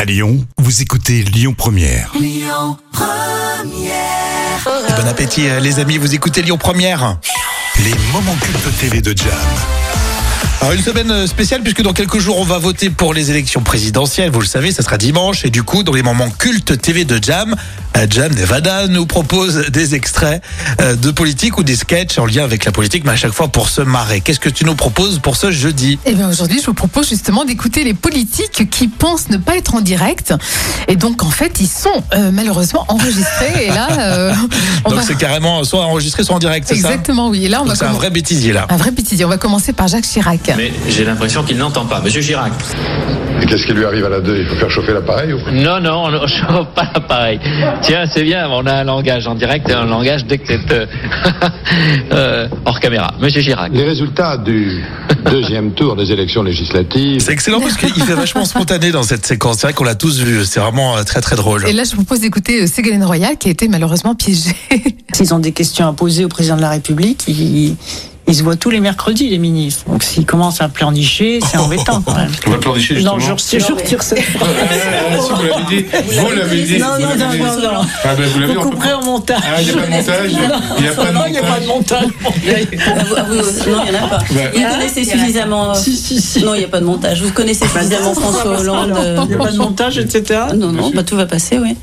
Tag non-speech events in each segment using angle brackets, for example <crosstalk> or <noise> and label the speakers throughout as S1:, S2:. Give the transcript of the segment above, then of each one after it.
S1: À Lyon, vous écoutez Lyon Première.
S2: Et Bon appétit euh, les amis, vous écoutez Lyon Première.
S1: Les moments cultes TV de Jam.
S2: Alors, une semaine euh, spéciale puisque dans quelques jours on va voter pour les élections présidentielles, vous le savez, ça sera dimanche et du coup dans les moments cultes TV de Jam, euh, Jam Nevada nous propose des extraits euh, de politique ou des sketchs en lien avec la politique mais à chaque fois pour se marrer. Qu'est-ce que tu nous proposes pour ce jeudi
S3: Eh bien aujourd'hui, je vous propose justement d'écouter les politiques qui pensent ne pas être en direct. Et donc en fait, ils sont euh, malheureusement enregistrés. Et là, euh, on
S2: Donc
S3: va...
S2: c'est carrément soit enregistré soit en direct, c'est ça
S3: Exactement, oui. Et là, on
S2: Donc
S3: va
S2: c'est un
S3: commen-
S2: vrai bêtisier là.
S3: un vrai bêtisier. On va commencer par Jacques Chirac.
S4: Mais j'ai l'impression qu'il n'entend pas. Monsieur Girac.
S5: Et qu'est-ce qui lui arrive à la 2 Il faut faire chauffer l'appareil ou quoi
S4: Non, non, on ne <laughs> chauffe pas l'appareil. Tiens, c'est bien, on a un langage en direct et un langage dès que c'est euh, <laughs> euh, hors caméra. Monsieur Girac.
S5: Les résultats du deuxième tour des élections législatives.
S2: C'est excellent parce qu'il fait
S3: <laughs>
S2: vachement spontané dans cette séquence. C'est vrai qu'on l'a tous vu, c'est vraiment euh, très très drôle.
S3: Et là, je vous propose d'écouter euh, Ségolène Royal qui a été malheureusement piégée.
S2: Ah,
S6: S'ils ont des questions à poser au président de la République, ils, ils se voient tous les mercredis, les ministres. Donc s'ils commencent à pleurnicher, c'est embêtant quand même.
S7: On va plancher justement.
S6: Non, jour sur jour. sur ce-
S7: Ah, si, vous l'avez
S8: <laughs>
S7: dit. Vous l'avez dit.
S6: Non,
S7: vous
S6: non,
S7: l'avez
S6: non,
S7: dit.
S6: non, non.
S7: Ah, ben, vous l'avez
S6: Vous
S7: on peut
S6: couperez
S7: pas.
S6: au montage.
S7: Ah, il n'y a pas de montage. Il n'y a pas de
S6: <laughs> Non, il n'y a pas de
S7: montage.
S6: montage.
S7: <laughs>
S8: Ah, Non, il n'y en a pas.
S7: Ouais.
S6: Ah,
S8: Vous connaissez suffisamment. euh,
S6: Si, si, si.
S8: Non, il n'y a pas de montage. Vous connaissez
S6: Bah,
S8: suffisamment François Hollande. euh,
S6: Il n'y a pas de montage, etc.
S8: Ah, Non, non, bah, tout va passer, oui.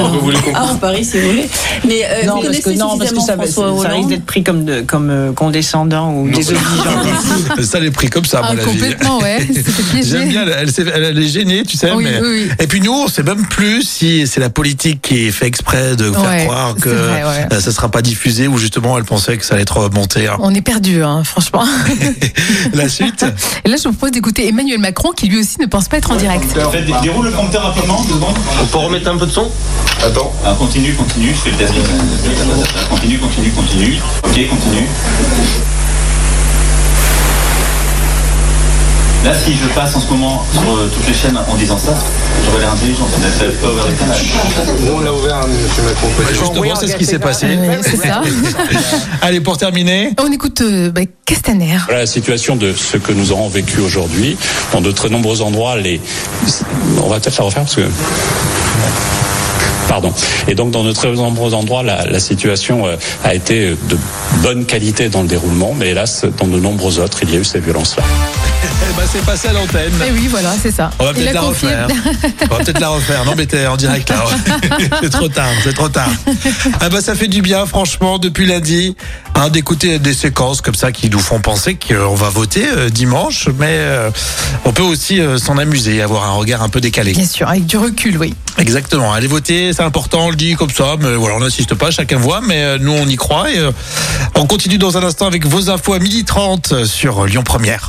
S7: On peut vous les comprendre.
S8: Ah, on parie si vous voulez. Mais euh,
S6: Non,
S8: vous
S6: parce que,
S8: connaissez
S6: non, parce que ça,
S8: suffisamment
S6: va-
S8: François
S6: ça risque
S8: Hollande.
S6: d'être pris comme, de- comme euh, condescendant ou désobligeant.
S2: <laughs> Ça les pris comme ça, à
S3: Ah,
S2: mon avis.
S3: complètement, ouais.
S2: <laughs>
S3: C'était piégé.
S2: J'aime bien, elle, elle s'est- elle- elle est gênée, tu sais.
S3: Oui,
S2: mais...
S3: oui, oui.
S2: Et puis nous, on sait même plus si c'est la politique qui fait exprès de faire
S3: Ouais,
S2: croire que
S3: c'est vrai, ouais.
S2: euh, ça sera pas diffusé ou justement elle pensait que ça allait être monté. hein.
S3: On est perdu,
S2: <laughs>
S3: hein, franchement.
S2: La suite
S3: Et là, je vous propose d'écouter Emmanuel Macron qui lui aussi ne pense pas être en direct.
S9: Déroule le compteur rapidement, deux secondes.
S7: On peut remettre un peu de son Attends.
S9: Ah, continue, continue, je fais le test. Continue, continue, continue. Ok, continue. Là, si je passe en ce moment sur euh, toutes les chaînes en disant ça, j'aurais l'air intelligent. Ça va pas ouvert les canaux.
S5: Nous, on l'a ouvert, hein, monsieur Macron.
S2: Bah, Justement, c'est ce qui s'est passé.
S3: Ouais, c'est ça.
S2: <laughs> Allez, pour terminer.
S3: On écoute euh, bah, Castaner.
S10: Voilà la situation de ce que nous aurons vécu aujourd'hui. Dans de très nombreux endroits, les... on va peut-être la refaire parce que... Pardon. Et donc, dans de très nombreux endroits, la, la situation euh, a été de bonne qualité dans le déroulement, mais hélas, dans de nombreux autres, il y a eu ces violences-là.
S2: Eh ben, c'est passé à l'antenne.
S3: Et oui, voilà, c'est ça.
S2: On va
S3: Il
S2: peut-être
S3: a
S2: la
S3: confié-
S2: refaire. On va peut-être la refaire. Non, mais t'es en direct là. <laughs> c'est trop tard, c'est trop tard. Ah bah ça fait du bien, franchement, depuis lundi, hein, d'écouter des séquences comme ça qui nous font penser qu'on va voter euh, dimanche, mais euh, on peut aussi euh, s'en amuser, et avoir un regard un peu décalé.
S3: Bien sûr, avec du recul, oui.
S2: Exactement. Allez voter, c'est important, on le dit comme ça, mais voilà, on n'insiste pas, chacun voit, mais euh, nous on y croit et euh, on continue dans un instant avec vos infos à 12h30 sur Lyon Première.